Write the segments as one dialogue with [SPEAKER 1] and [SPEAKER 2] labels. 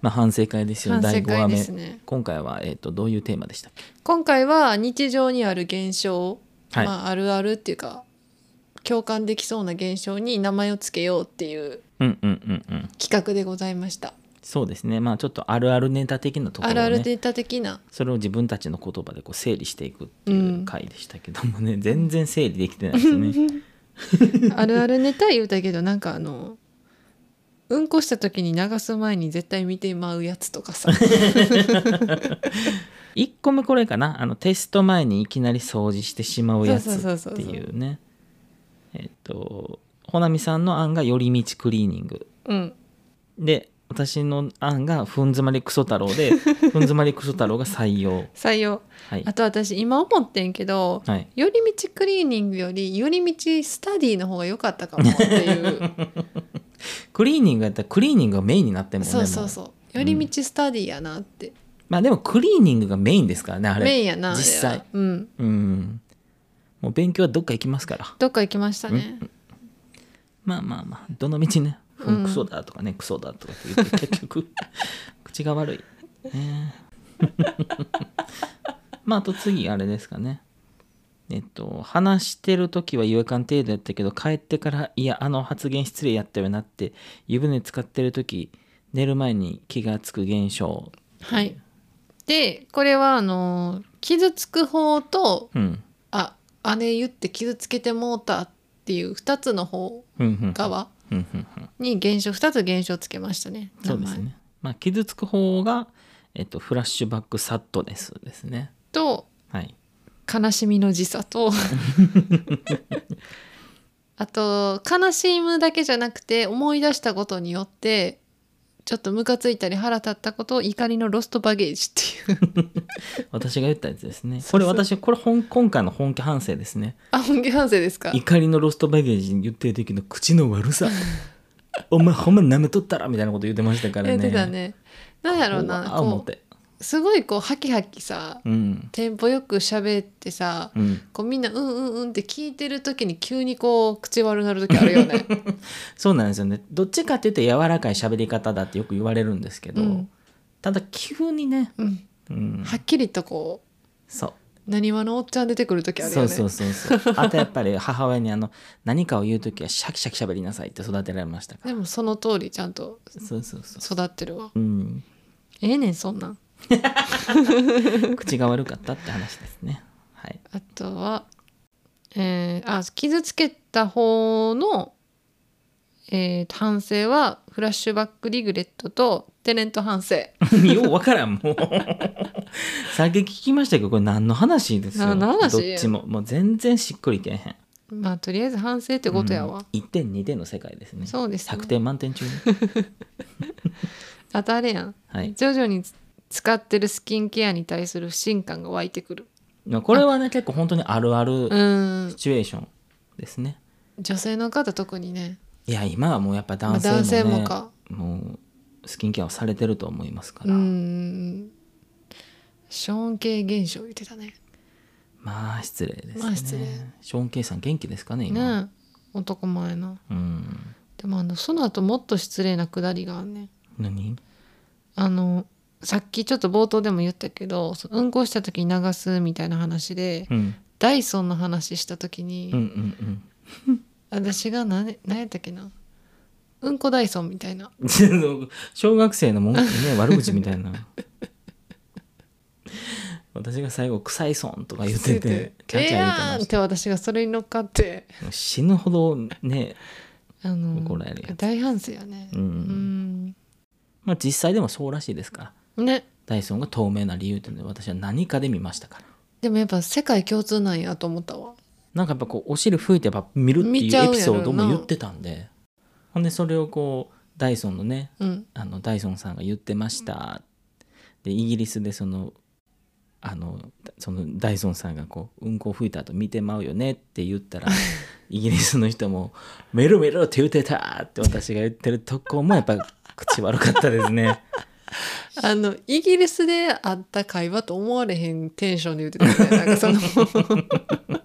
[SPEAKER 1] まあ、反省会ですよね
[SPEAKER 2] 反
[SPEAKER 1] 第
[SPEAKER 2] 省
[SPEAKER 1] 5話
[SPEAKER 2] 会で
[SPEAKER 1] 目、
[SPEAKER 2] すね
[SPEAKER 1] 今回は、えっとどういうテーマでしたっ
[SPEAKER 2] 今回は日常にある現象、
[SPEAKER 1] け、はい
[SPEAKER 2] まあ、あるあるっていうか共感できそうな現象に名前をつけようっていう
[SPEAKER 1] うんうんうんうん
[SPEAKER 2] 企画でございました、
[SPEAKER 1] そうですねまあちょっとあるあるネタ的なところ
[SPEAKER 2] あ
[SPEAKER 1] を、ね、
[SPEAKER 2] るあるデータ的な
[SPEAKER 1] それを自分たちの言葉でこう整理していくっていううん回でしたけどもね、全然整理できてないです ね
[SPEAKER 2] あるあるネタ言うたけどなんかあのうんこした時に流す前に絶対見てまうやつと かさ
[SPEAKER 1] 1個目これかなあのテスト前にいきなり掃除してしまうやつ
[SPEAKER 2] そうそうそうそ
[SPEAKER 1] っ
[SPEAKER 2] うそ
[SPEAKER 1] て
[SPEAKER 2] う
[SPEAKER 1] いうねえっとほなみさんの案が寄り道クリーニング
[SPEAKER 2] うん
[SPEAKER 1] で私の案がふん詰まりクソ太郎でふん詰まりクソ太郎が採用
[SPEAKER 2] 採用
[SPEAKER 1] はい
[SPEAKER 2] あと私今思ってんけど
[SPEAKER 1] はい
[SPEAKER 2] 寄り道クリーニングより寄り道スタディの方が良かったかもって いう、
[SPEAKER 1] クリーニングやったらクリーニングがメインになってんもんね
[SPEAKER 2] そうそう
[SPEAKER 1] もう
[SPEAKER 2] そう寄り道スタディやなって、
[SPEAKER 1] まあでもクリーニングがメインですからねあれ
[SPEAKER 2] メインやなあれは
[SPEAKER 1] 実際
[SPEAKER 2] うん
[SPEAKER 1] うんもう勉強はどっか行きますから
[SPEAKER 2] どっか行きましたね、
[SPEAKER 1] まあまあまあどの道ね、ふ、
[SPEAKER 2] うんん
[SPEAKER 1] クソだとかねクソだとかって言って結局 口が悪い、ね、 まああと次あれですかねえっと話してる時は違和感程度やったけど帰ってからいやあの発言失礼やったよなって湯船使ってる時寝る前に気がつく現象
[SPEAKER 2] はいでこれはあの傷つく方と
[SPEAKER 1] うん
[SPEAKER 2] あ姉言って傷つけてもうたっていう2つの方
[SPEAKER 1] うんうん
[SPEAKER 2] 側
[SPEAKER 1] うんうんうん
[SPEAKER 2] に現象2つ現象つけましたね
[SPEAKER 1] そうですねまあ傷つく方が、えっと、フラッシュバックサッドネスですね
[SPEAKER 2] と
[SPEAKER 1] はい
[SPEAKER 2] 悲しみの時 差とあと悲しむだけじゃなくて思い出したことによってちょっとムカついたり腹立ったことを怒りのロストバゲージっていう
[SPEAKER 1] 私が言ったやつですね。
[SPEAKER 2] そ
[SPEAKER 1] こ
[SPEAKER 2] う
[SPEAKER 1] れ
[SPEAKER 2] そう
[SPEAKER 1] 私、これ本今回の本気反省ですね。
[SPEAKER 2] あ本気反省ですか
[SPEAKER 1] 怒りのロストバゲージに言ってる時の口の悪 さ。お前ほんま舐めとったらみたいなこと言ってましたからね。
[SPEAKER 2] やってたねなんやろうな
[SPEAKER 1] あ、思っ
[SPEAKER 2] こ
[SPEAKER 1] て。
[SPEAKER 2] うすごいこうハキハキさ
[SPEAKER 1] うん。
[SPEAKER 2] テンポよく喋ってさ
[SPEAKER 1] うん。
[SPEAKER 2] こうみんなうんうんうんって聞いてる時に急にこう口悪なる時あるよ ね。
[SPEAKER 1] そうなんですよね。どっちかって言うと柔らかい喋り方だってよく言われるんですけど、
[SPEAKER 2] うん
[SPEAKER 1] ただ急にね、
[SPEAKER 2] うん、
[SPEAKER 1] うん。
[SPEAKER 2] はっきりとこ
[SPEAKER 1] そう。
[SPEAKER 2] うなにわのおっちゃん出てくる時あるよ
[SPEAKER 1] そう
[SPEAKER 2] ね。
[SPEAKER 1] そうそうそう。あとやっぱり母親にあの、何かを言う時はシャキシャキ喋りなさいって育てられましたから。
[SPEAKER 2] でもその通りちゃんと
[SPEAKER 1] そうそうそう。
[SPEAKER 2] 育ってるわ。
[SPEAKER 1] うん。
[SPEAKER 2] ええねんそんなん。
[SPEAKER 1] 口が悪かったって話ですね。はい。
[SPEAKER 2] あとは、えーあ傷つけた方の、えー反省はフラッシュバックリグレットとテネント反省。
[SPEAKER 1] ようわからんもうさっき聞きましたけどこれ何の話ですよ
[SPEAKER 2] 何の話
[SPEAKER 1] どっちももう全然しっくりけえへんっ
[SPEAKER 2] まあとりあえず反省って
[SPEAKER 1] て
[SPEAKER 2] ことやわ。
[SPEAKER 1] 1点2点の世界ですね
[SPEAKER 2] そうです、
[SPEAKER 1] 100
[SPEAKER 2] ね。
[SPEAKER 1] 点満点中に
[SPEAKER 2] あとあれやん。
[SPEAKER 1] はい、
[SPEAKER 2] 徐々に使ってるスキンケアに対する不信感が湧いてくる
[SPEAKER 1] まあ、これはね結構本当にあるあ
[SPEAKER 2] う
[SPEAKER 1] る
[SPEAKER 2] ん
[SPEAKER 1] シチュエーションですね、
[SPEAKER 2] 女性の方特にね
[SPEAKER 1] いや今はもうやっぱ
[SPEAKER 2] まあ
[SPEAKER 1] 男性も,、ね
[SPEAKER 2] もか
[SPEAKER 1] もうスキンケアをされてると思いますから、
[SPEAKER 2] うんショーン系現象言ってたね
[SPEAKER 1] まあ失礼ですね、
[SPEAKER 2] まあ失礼
[SPEAKER 1] ショーン・ケイさん元気ですかね今、
[SPEAKER 2] ね男前な
[SPEAKER 1] うん
[SPEAKER 2] でもあのその後もっと失礼なくだりがあんねん
[SPEAKER 1] 何
[SPEAKER 2] あのさっきちょっと冒頭でも言ったけどそのうんこした時に流すみたいな話で、
[SPEAKER 1] うん
[SPEAKER 2] ダイソンの話した時に、
[SPEAKER 1] うんうんうん
[SPEAKER 2] 私が何何やったっけなうんこダイソンみたいな
[SPEAKER 1] 小学生のもん、ね、悪口みたいな私が最後「臭いそん」とか言っててキャ
[SPEAKER 2] え
[SPEAKER 1] ーキャー言っ
[SPEAKER 2] え
[SPEAKER 1] て
[SPEAKER 2] や
[SPEAKER 1] ま
[SPEAKER 2] んっ
[SPEAKER 1] して
[SPEAKER 2] 私がそれに乗っかって
[SPEAKER 1] たもう死ぬほどね、
[SPEAKER 2] あの
[SPEAKER 1] 怒られるやつ
[SPEAKER 2] 大反省やね
[SPEAKER 1] うん
[SPEAKER 2] ん
[SPEAKER 1] まあ、実際でもそうらしいですから
[SPEAKER 2] ね
[SPEAKER 1] ダイソンが透明な理由っていうのは私は何かで見ましたから
[SPEAKER 2] でもやっぱ世界共通なんやと思ったわ
[SPEAKER 1] なんかやっぱこうお尻拭いてやっぱ見るってい
[SPEAKER 2] 見
[SPEAKER 1] う
[SPEAKER 2] ちゃう
[SPEAKER 1] エピ
[SPEAKER 2] やろな
[SPEAKER 1] ソードも言ってたんでほんでそれをこうダイソンのね
[SPEAKER 2] うん
[SPEAKER 1] あのダイソンさんが言ってましたでイギリスでそのあのそのダイソンさんがこううんこを吹いた後見てまうよねって言った らイギリスの人も「メロメロって言ってた!」って私が言ってるとこもやっぱ口悪かったですね
[SPEAKER 2] あのイギリスであった会話と思われへんテンションで言っ てたみたいななんかその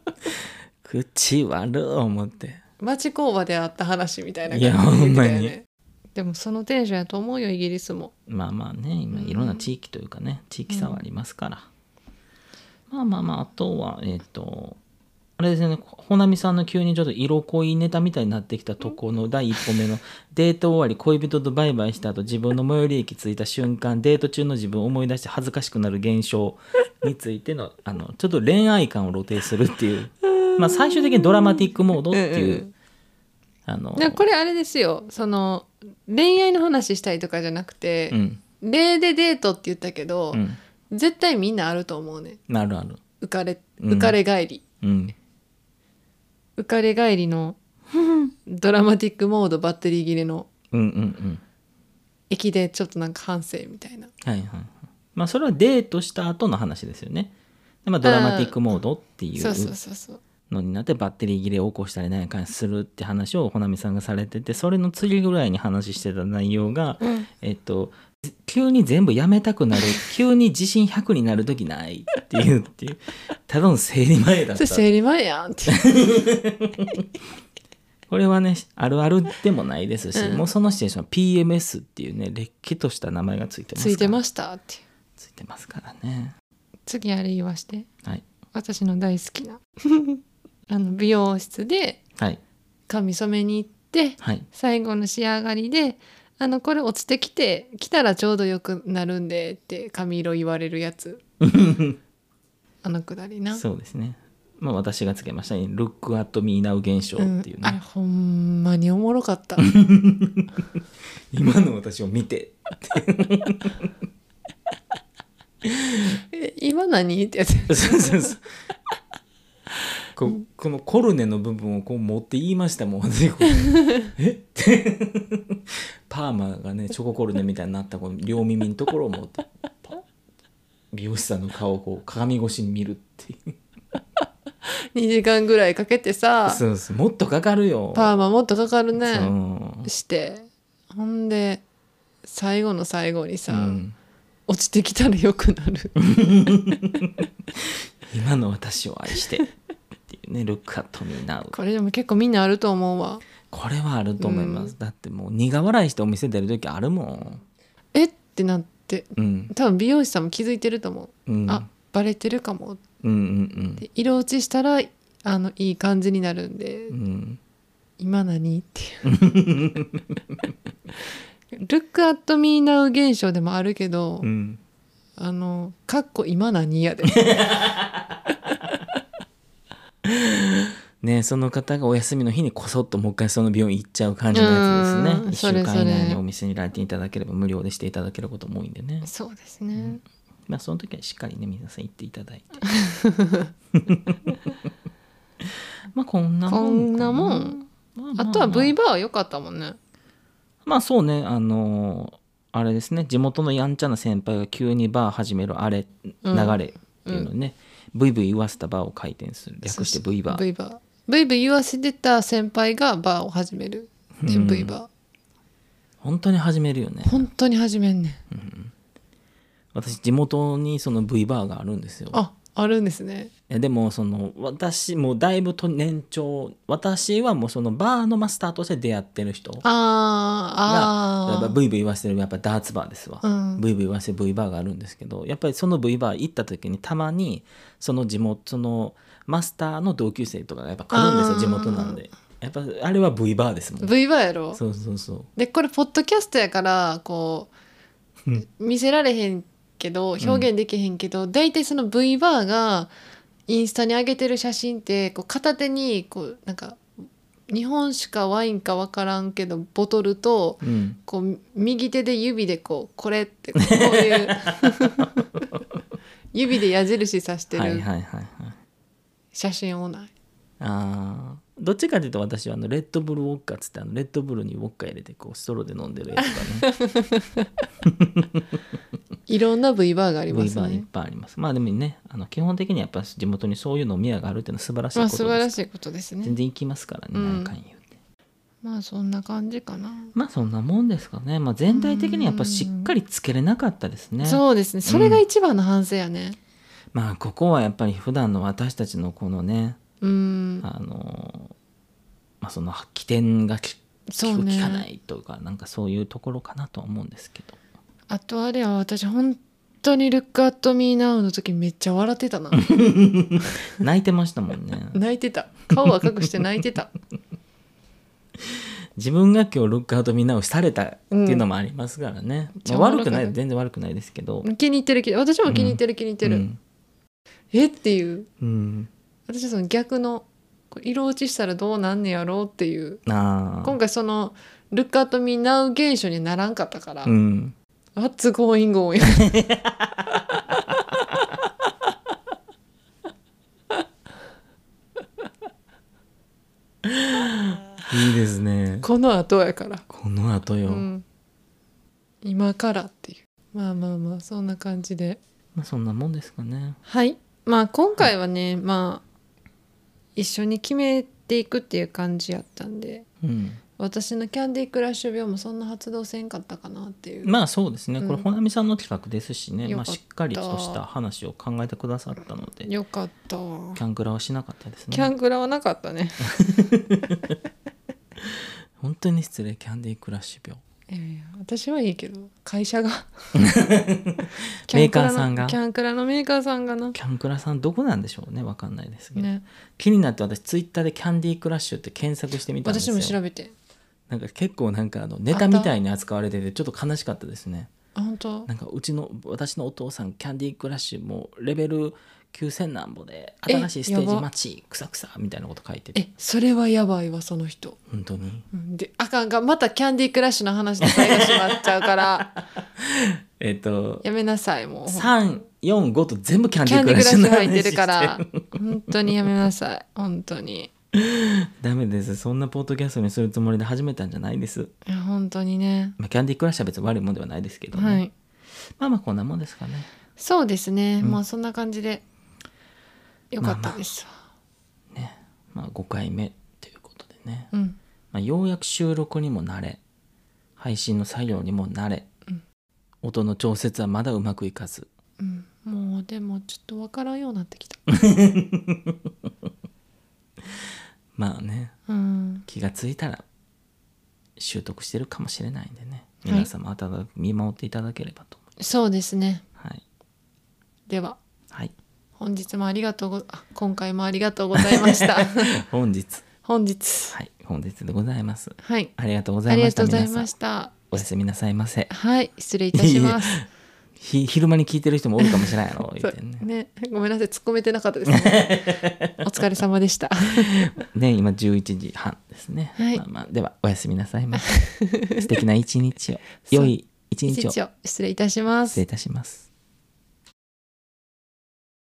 [SPEAKER 1] 口悪い思って
[SPEAKER 2] 町工場であった話みたいな感
[SPEAKER 1] いや
[SPEAKER 2] じで言ってたよね
[SPEAKER 1] ほんまに
[SPEAKER 2] でもそのテンションやと思うよイギリスも
[SPEAKER 1] まあまあね今
[SPEAKER 2] うん
[SPEAKER 1] いろんな地域というかね、地域差はありますから、まあまあまああとはえっ、とあれですねほなみさんの急にちょっと色恋ネタみたいになってきたとこの第一歩目の「デート終わり恋人とバイバイした後自分の最寄り駅着いた瞬間デート中の自分を思い出して恥ずかしくなる現象」について のあのちょっと恋愛観を露呈するっていうまあ最終的にドラマティックモードっていう。
[SPEAKER 2] うんうん
[SPEAKER 1] あの
[SPEAKER 2] だからこれあれですよその恋愛の話したいとかじゃなくて
[SPEAKER 1] う、ん
[SPEAKER 2] 例でデートって言ったけど
[SPEAKER 1] う、ん
[SPEAKER 2] 絶対みんなあると思うね
[SPEAKER 1] なるある
[SPEAKER 2] 浮かれ
[SPEAKER 1] うん
[SPEAKER 2] 浮かれ帰り、
[SPEAKER 1] うん
[SPEAKER 2] 浮かれ帰りの ドラマティックモードバッテリー切れの
[SPEAKER 1] うんうんうん
[SPEAKER 2] 駅でちょっとなんか反省みたいな
[SPEAKER 1] はいはいはいまあそれはデートした後の話ですよねで、まあ、ドラマティックモードってい
[SPEAKER 2] そうそう
[SPEAKER 1] う
[SPEAKER 2] そうそう
[SPEAKER 1] のになってバッテリー切れを起こしたり何かにするって話をほなみさんがされててそれの次ぐらいに話してた内容が、
[SPEAKER 2] ん
[SPEAKER 1] えっと急に全部やめたく なる急に自信100になる時ないっていうっていうただの生理前だっ
[SPEAKER 2] それ
[SPEAKER 1] た
[SPEAKER 2] 生理前やんって
[SPEAKER 1] これはねあるあるでもないですし、
[SPEAKER 2] うん
[SPEAKER 1] もうそのシチュエーションは PMS っていうねれっきとした名前がついてます
[SPEAKER 2] つ
[SPEAKER 1] から
[SPEAKER 2] いてましたって
[SPEAKER 1] ついてますからね
[SPEAKER 2] 次あれ言わして
[SPEAKER 1] はい
[SPEAKER 2] 私の大好き なあの美容室で
[SPEAKER 1] はい
[SPEAKER 2] 髪染めに行って
[SPEAKER 1] はい
[SPEAKER 2] 最後の仕上がりで「あのこれ落ちてきて来たらちょうどよくなるんで」って髪色言われるや つあのくだりな
[SPEAKER 1] そうですね。まあ私がつけましたね。Look at me now 現象っていう
[SPEAKER 2] うんあれ
[SPEAKER 1] ね。
[SPEAKER 2] ほんまにおもろかった
[SPEAKER 1] 今の私を見 て。
[SPEAKER 2] え今何ってやつ
[SPEAKER 1] そうそうそう。ここのコルネの部分をこう持って言いましたもん私こう えってパーマがねチョココルネみたいになったこの両耳のところを持ってパッ美容師さんの顔をこう鏡越しに見るっていう
[SPEAKER 2] 2時間ぐらいかけてさ
[SPEAKER 1] そうそうもっとかかるよ
[SPEAKER 2] パーマもっとかかる
[SPEAKER 1] そ
[SPEAKER 2] ね
[SPEAKER 1] う
[SPEAKER 2] してほんで最後の最後にさ、
[SPEAKER 1] うん
[SPEAKER 2] 落ちてきたらよくなる
[SPEAKER 1] 今の私を愛してっていうね Look at me now
[SPEAKER 2] これでも結構みんなあると思うわ
[SPEAKER 1] これはあると思います、だってもう苦笑いしてお店出る時あるもん
[SPEAKER 2] えってなって
[SPEAKER 1] うん、
[SPEAKER 2] 多分美容師さんも気づいてると思う、
[SPEAKER 1] うん、
[SPEAKER 2] あバレてるかもっ
[SPEAKER 1] うんうん
[SPEAKER 2] て色落ちしたらあのいい感じになるんで、
[SPEAKER 1] うんうん
[SPEAKER 2] 今何って いう「Look at me now」現象でもあるけど、
[SPEAKER 1] うん
[SPEAKER 2] あの「かっこ今何?」や で
[SPEAKER 1] ねその方がお休みの日にこそっともう一回その病院行っちゃう感じのやつです
[SPEAKER 2] う
[SPEAKER 1] ね
[SPEAKER 2] ん
[SPEAKER 1] 1
[SPEAKER 2] そ
[SPEAKER 1] 週
[SPEAKER 2] れ
[SPEAKER 1] 間以
[SPEAKER 2] そ
[SPEAKER 1] 内
[SPEAKER 2] れ
[SPEAKER 1] にお店に来店いただければ無料でしていただけることも多いんでね
[SPEAKER 2] そうですね、
[SPEAKER 1] まあその時はしっかりね皆さん行っていただい てまあこんなもん
[SPEAKER 2] こ
[SPEAKER 1] か
[SPEAKER 2] んなもん
[SPEAKER 1] まま
[SPEAKER 2] あとは V
[SPEAKER 1] ま
[SPEAKER 2] バー良かったもんね
[SPEAKER 1] まあそうねあのーあれですね地元のやんちゃな先輩が急にバー始めるあれ流
[SPEAKER 2] うん
[SPEAKER 1] れっていうのね、ブイブイ言わせたバーを回転する略して V バー
[SPEAKER 2] V バー V ブイ言わせてた先輩がバーを始める、で V バ
[SPEAKER 1] 本当に始めるよね
[SPEAKER 2] ー本当に始めんねん
[SPEAKER 1] 私地元にその V バーがあるんですよ
[SPEAKER 2] ああるんですね
[SPEAKER 1] えでもその私もうだいぶと年長私はもうそのバーのマスターとして出会ってる人がや
[SPEAKER 2] あ
[SPEAKER 1] っ
[SPEAKER 2] ー
[SPEAKER 1] ぱ
[SPEAKER 2] あー
[SPEAKER 1] V ブイ言わせてるやっぱダーツバーですわ、
[SPEAKER 2] うん
[SPEAKER 1] ブイブイ言わせる V バーがあるんですけどやっぱりその V バー行った時にたまにその地元そのマスターの同級生とかがやっぱ来るんです
[SPEAKER 2] あ
[SPEAKER 1] よ
[SPEAKER 2] ー
[SPEAKER 1] 地元なんでやっぱあれは V バーですもん
[SPEAKER 2] V バーやろ
[SPEAKER 1] そうそうそう
[SPEAKER 2] でこれポッドキャストやからこ
[SPEAKER 1] うん
[SPEAKER 2] う見せられへんけど表現できへんけど大体、その V バーがインスタに上げてる写真ってこう片手にこうなんか日本酒かワインか分からんけどボトルと
[SPEAKER 1] うん
[SPEAKER 2] こう右手で指でこうこれってこう いう指で矢印さして
[SPEAKER 1] はいはい
[SPEAKER 2] る
[SPEAKER 1] はいはい
[SPEAKER 2] 写真をない。
[SPEAKER 1] あーどっちかというと私はあのレッドブルウォッカっつってあのレッドブルにウォッカ入れてこうストローで飲んでるやつがね
[SPEAKER 2] いろんな V バーがあり
[SPEAKER 1] V
[SPEAKER 2] ます
[SPEAKER 1] バーいっ
[SPEAKER 2] ね。
[SPEAKER 1] ぱいありますまあでもねあの基本的にやっぱ地元にそういう飲み屋があるっていうのは素晴らしい
[SPEAKER 2] ま
[SPEAKER 1] こ
[SPEAKER 2] あ
[SPEAKER 1] とです
[SPEAKER 2] 素晴らしいことですね
[SPEAKER 1] 全。然行きますからね
[SPEAKER 2] うん
[SPEAKER 1] 何回言うて。
[SPEAKER 2] まあそんな感じかな。
[SPEAKER 1] まあそんなもんですかね、まあ、全体的にやっぱしっかりつけれなかったですね。
[SPEAKER 2] そうですね。それが一番の反省やね。
[SPEAKER 1] まあここはやっぱり普段の私たちのこのね
[SPEAKER 2] うん。
[SPEAKER 1] あのーまあその起点がき
[SPEAKER 2] そう
[SPEAKER 1] 聞かな
[SPEAKER 2] ね
[SPEAKER 1] いとかなんかそういうところかなとは思うんですけど
[SPEAKER 2] あとあれは私本当に「Look at me now」の時めっちゃ笑ってたな
[SPEAKER 1] 泣いてましたもんね
[SPEAKER 2] 泣いてた顔赤くして泣いてた
[SPEAKER 1] 自分が今日ロックアウト見直しされたっていうのもありますからね、
[SPEAKER 2] うん
[SPEAKER 1] まあ悪くな
[SPEAKER 2] め
[SPEAKER 1] い
[SPEAKER 2] っちゃ悪かった
[SPEAKER 1] 全然悪くないですけど
[SPEAKER 2] 気に入ってる気に私も気に入ってる気に入ってる、
[SPEAKER 1] うん
[SPEAKER 2] えっていう
[SPEAKER 1] うん、
[SPEAKER 2] 私はその逆のこう色落ちしたらどうなんねやろうっていう
[SPEAKER 1] あ
[SPEAKER 2] 今回その「Look at me now」現象にはならんかったから
[SPEAKER 1] あ、うん、
[SPEAKER 2] 「What's going on?」
[SPEAKER 1] いいですね
[SPEAKER 2] この後やから
[SPEAKER 1] この後よ、
[SPEAKER 2] うん、今からっていうまあまあまあそんな感じで
[SPEAKER 1] まあそんなもんですかね
[SPEAKER 2] はいまあ今回はね、まあ一緒に決めていくっていう感じやったんで
[SPEAKER 1] うん
[SPEAKER 2] 私のキャンディークラッシュ病もそんな発動せんかったかなっていう、
[SPEAKER 1] まあそうですねこれ
[SPEAKER 2] うん
[SPEAKER 1] ほなみさんの企画ですしね、
[SPEAKER 2] よ
[SPEAKER 1] まあ、
[SPEAKER 2] かった
[SPEAKER 1] しっかりとした話を考えてくださったので
[SPEAKER 2] よかったわ
[SPEAKER 1] キャンクラはしなかったです
[SPEAKER 2] キャ
[SPEAKER 1] ね
[SPEAKER 2] ンクラはなかったね
[SPEAKER 1] 本当に失礼キャンディークラッシュ病
[SPEAKER 2] いやいや私はいいけど会社が
[SPEAKER 1] メーカーさんが
[SPEAKER 2] キャンクラのキャンクラのメーカーさんがな
[SPEAKER 1] キャンクラさんどこなんでしょうねわかんないですけど、
[SPEAKER 2] ね
[SPEAKER 1] 気になって私ツイッターでキャンディークラッシュって検索してみたんです
[SPEAKER 2] 私
[SPEAKER 1] よ
[SPEAKER 2] も調べて
[SPEAKER 1] なんか結構なんかあのネタみたいに扱われててちょっと悲しかったですね
[SPEAKER 2] あ本当
[SPEAKER 1] なんかうちの私のお父さんキャンディークラッシュもうレベル9000なんぼで新しいステージ待ちクサクサみたいなこと書いてて
[SPEAKER 2] えそれはやばいわその人
[SPEAKER 1] 本当に
[SPEAKER 2] うんであかんがまたキャンディークラッシュの話で最後しまっちゃうから
[SPEAKER 1] えっ、と
[SPEAKER 2] やめなさいもう
[SPEAKER 1] 345と全部キャンデ
[SPEAKER 2] キ
[SPEAKER 1] ィー
[SPEAKER 2] ャン
[SPEAKER 1] ク
[SPEAKER 2] ディ
[SPEAKER 1] ラッ
[SPEAKER 2] ークラ
[SPEAKER 1] シュ
[SPEAKER 2] ッシ
[SPEAKER 1] の
[SPEAKER 2] ュ
[SPEAKER 1] 話
[SPEAKER 2] 入ってるから
[SPEAKER 1] して
[SPEAKER 2] 本当にやめなさい本当に
[SPEAKER 1] ダメですそんなポッドキャストにするつもりで始めたんじゃないです、
[SPEAKER 2] いや本当にね
[SPEAKER 1] まあ、キャンディークラッシュは別に悪いもんではないですけどね、
[SPEAKER 2] はい
[SPEAKER 1] まあまあこんなもんですかね
[SPEAKER 2] そうですね、
[SPEAKER 1] うん
[SPEAKER 2] まあそんな感じでよかったです、
[SPEAKER 1] まあ5回目ということでね、
[SPEAKER 2] うん
[SPEAKER 1] まあ、ようやく収録にも慣れ配信の作業にも慣れ、
[SPEAKER 2] うん
[SPEAKER 1] 音の調節はまだうまくいかず
[SPEAKER 2] うんもうでもちょっとわからんようになってきた
[SPEAKER 1] まあね
[SPEAKER 2] うん
[SPEAKER 1] 気がついたら習得してるかもしれないんでね
[SPEAKER 2] はい
[SPEAKER 1] 皆様温かく見守っていただければと思い
[SPEAKER 2] そうですね
[SPEAKER 1] ます、はい
[SPEAKER 2] では
[SPEAKER 1] はい、
[SPEAKER 2] 本日もありがとうごあ今回もありがとうございま した
[SPEAKER 1] 本日
[SPEAKER 2] 本日
[SPEAKER 1] はい本日でございます
[SPEAKER 2] はい
[SPEAKER 1] ありがとうござ
[SPEAKER 2] あ
[SPEAKER 1] い
[SPEAKER 2] り
[SPEAKER 1] ま
[SPEAKER 2] が
[SPEAKER 1] した
[SPEAKER 2] とうござい
[SPEAKER 1] 皆
[SPEAKER 2] ま
[SPEAKER 1] さん
[SPEAKER 2] した
[SPEAKER 1] おやすみなさいませ
[SPEAKER 2] はい失礼いたします
[SPEAKER 1] ひ昼間に聞いてる人もおるかもしれない やろ言ってね
[SPEAKER 2] ね、ごめんなさい、突っ込めてなかったですね。 お疲れ様でした。
[SPEAKER 1] ね今11時半ですね、
[SPEAKER 2] はい
[SPEAKER 1] まあまあ、ではおやすみなさいま せ素敵な一日を良い一
[SPEAKER 2] 一
[SPEAKER 1] 日を
[SPEAKER 2] 日を失礼いたします
[SPEAKER 1] 失礼。いたします